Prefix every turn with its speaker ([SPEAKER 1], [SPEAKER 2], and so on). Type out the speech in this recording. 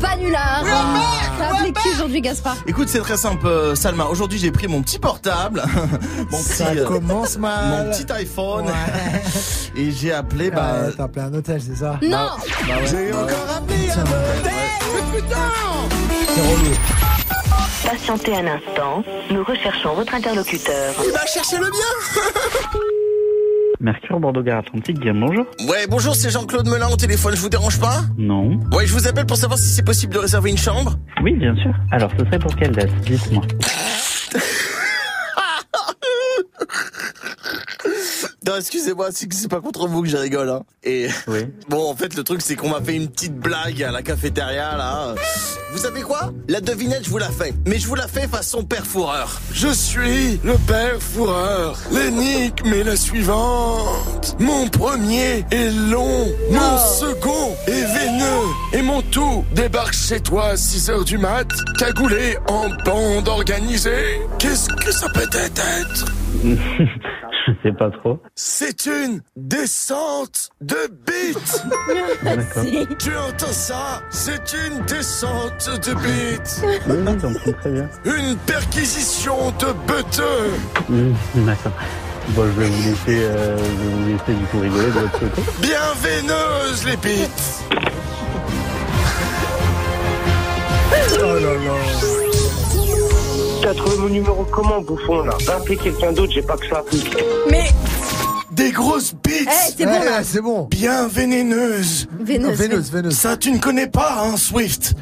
[SPEAKER 1] canular.
[SPEAKER 2] Oui, on marque,
[SPEAKER 1] T'as
[SPEAKER 2] on
[SPEAKER 1] appelé
[SPEAKER 2] marque.
[SPEAKER 1] qui aujourd'hui, Gaspard
[SPEAKER 3] Écoute, c'est très simple, euh, Salma. Aujourd'hui, j'ai pris mon petit portable, mon petit,
[SPEAKER 2] Ça
[SPEAKER 3] euh,
[SPEAKER 2] commence mal.
[SPEAKER 3] mon petit iPhone,
[SPEAKER 2] Ouais.
[SPEAKER 3] et j'ai appelé. Bah,
[SPEAKER 2] Bah, t'as appelé un hôtel, c'est ça
[SPEAKER 1] Non
[SPEAKER 3] bah ouais.
[SPEAKER 2] J'ai encore appelé un hôtel Putain C'est relou.
[SPEAKER 4] Patientez un instant, nous recherchons votre interlocuteur.
[SPEAKER 2] Il va chercher le bien
[SPEAKER 5] Mercure Bordeaux Gare Atlantique, bien bonjour.
[SPEAKER 6] Ouais, bonjour, c'est Jean-Claude Melin au téléphone, je vous dérange pas
[SPEAKER 5] Non.
[SPEAKER 6] Ouais, je vous appelle pour savoir si c'est possible de réserver une chambre.
[SPEAKER 5] Oui, bien sûr. Alors, ce serait pour quelle date Dites-moi.
[SPEAKER 6] Non, excusez-moi, c'est que c'est pas contre vous que je rigole, hein. Et
[SPEAKER 5] Oui.
[SPEAKER 6] bon, en fait, le truc, c'est qu'on m'a fait une petite blague à la cafétéria, là. Vous savez quoi La devinette, je vous la fais. Mais je vous la fais façon père fourreur.
[SPEAKER 7] Je suis le père fourreur. L'énigme est la suivante. Mon premier est long, mon
[SPEAKER 6] Ah.
[SPEAKER 7] second est veineux. Et mon tout débarque chez toi à 6 heures du mat, cagoulé en bande organisée. Qu'est-ce que ça peut être
[SPEAKER 5] Je sais pas trop.
[SPEAKER 7] C'est une descente de bites
[SPEAKER 5] D'accord. Oui,
[SPEAKER 7] Tu entends ça C'est une descente de bites
[SPEAKER 5] oui, j'entends très bien.
[SPEAKER 7] Une perquisition de beuteux
[SPEAKER 5] Mmh, D'accord. Bon, je vais vous laisser, euh, je vais vous laisser du coup rigoler de votre côté.
[SPEAKER 7] Bien veineuse, les bites
[SPEAKER 2] Oh là là.
[SPEAKER 8] T'as trouvé mon numéro comment, bouffon, là Va appeler quelqu'un d'autre, j'ai pas que ça.
[SPEAKER 1] Mais,
[SPEAKER 7] Des grosses bites
[SPEAKER 1] eh, c'est bon
[SPEAKER 2] Ouais,
[SPEAKER 1] là
[SPEAKER 2] ouais, c'est bon.
[SPEAKER 7] bien vénéneuses.
[SPEAKER 1] Vénus.
[SPEAKER 2] Vénus, Vénus.
[SPEAKER 7] Ça, tu ne connais pas, hein, Swift